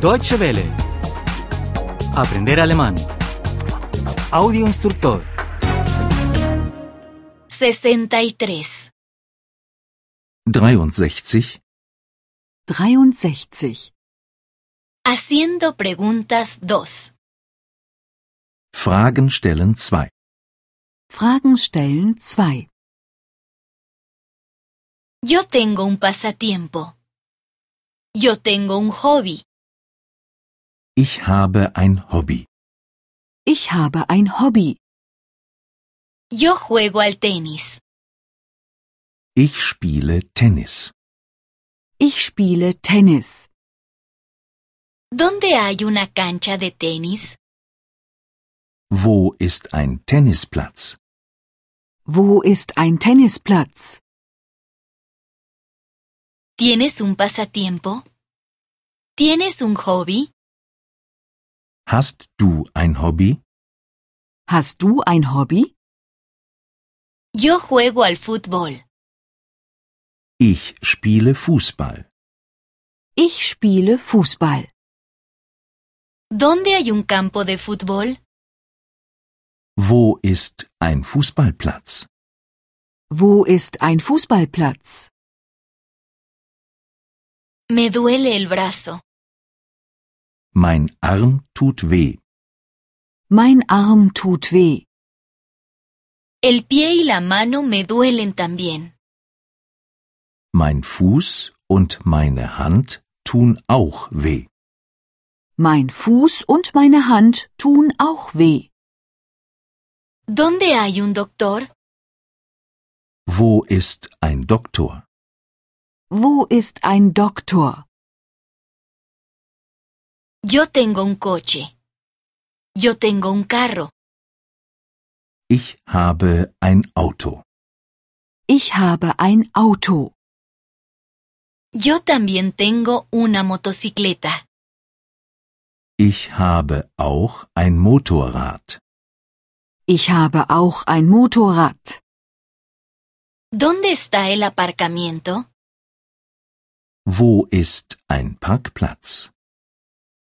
Deutsche Welle. Aprender alemán. Audio instructor. 63. 63. 63. Haciendo preguntas 2. Fragen stellen 2. Fragen stellen 2. Yo tengo un pasatiempo. Yo tengo un hobby. Ich habe ein Hobby. Ich habe ein Hobby. Yo juego al tenis. Ich spiele Tennis. Ich spiele Tennis. ¿Dónde hay una cancha de tenis? Wo ist ein Tennisplatz? Wo ist ein Tennisplatz? ¿Tienes un pasatiempo? ¿Tienes un hobby? Hast du ein Hobby? Hast du ein Hobby? Yo juego al fútbol. Ich spiele Fußball. Ich spiele Fußball. ¿Dónde hay un campo de fútbol? Wo ist ein Fußballplatz? Wo ist ein Fußballplatz? Me duele el brazo. Mein Arm tut weh. Mein Arm tut weh. El pie y la mano me duelen también. Mein Fuß und meine Hand tun auch weh. Mein Fuß und meine Hand tun auch weh. ¿Dónde hay un doctor? Wo ist ein Doktor? Wo ist ein Doktor? Yo tengo un coche. Yo tengo un carro. Ich habe ein Auto. Ich habe ein Auto. Yo también tengo una motocicleta. Ich habe auch ein Motorrad. Ich habe auch ein Motorrad. ¿Dónde está el aparcamiento? Wo ist ein Parkplatz?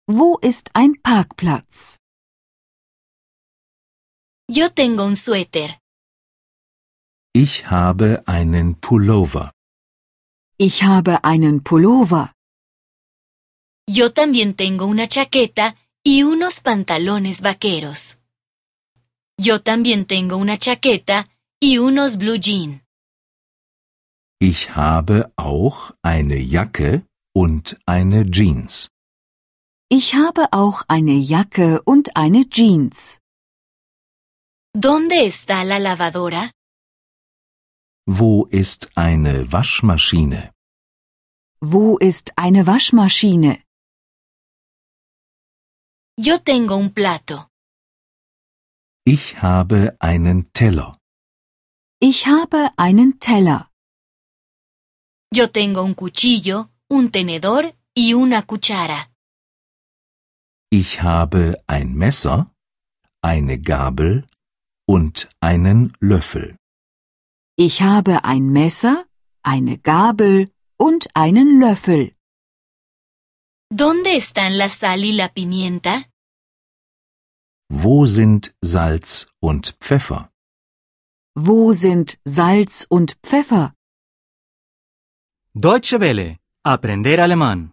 Wo ist ein Parkplatz? Yo tengo un suéter. Ich habe einen Pullover. Ich habe einen Pullover. Yo también tengo una chaqueta y unos pantalones vaqueros. Yo también tengo una chaqueta y unos blue jean. Ich habe auch eine Jacke und eine Jeans. Ich habe auch eine Jacke und eine Jeans. ¿Dónde está la lavadora? Wo ist eine Waschmaschine? Wo ist eine Waschmaschine? Yo tengo un plato. Ich habe einen Teller. Ich habe einen Teller. Yo tengo un cuchillo, un tenedor y una cuchara. Ich habe ein Messer, eine Gabel und einen Löffel. Ich habe ein Messer, eine Gabel und einen Löffel. ¿Dónde están la sal y la pimienta? Wo sind Salz und Pfeffer? Wo sind Salz und Pfeffer? Deutsche Welle. Aprender alemán.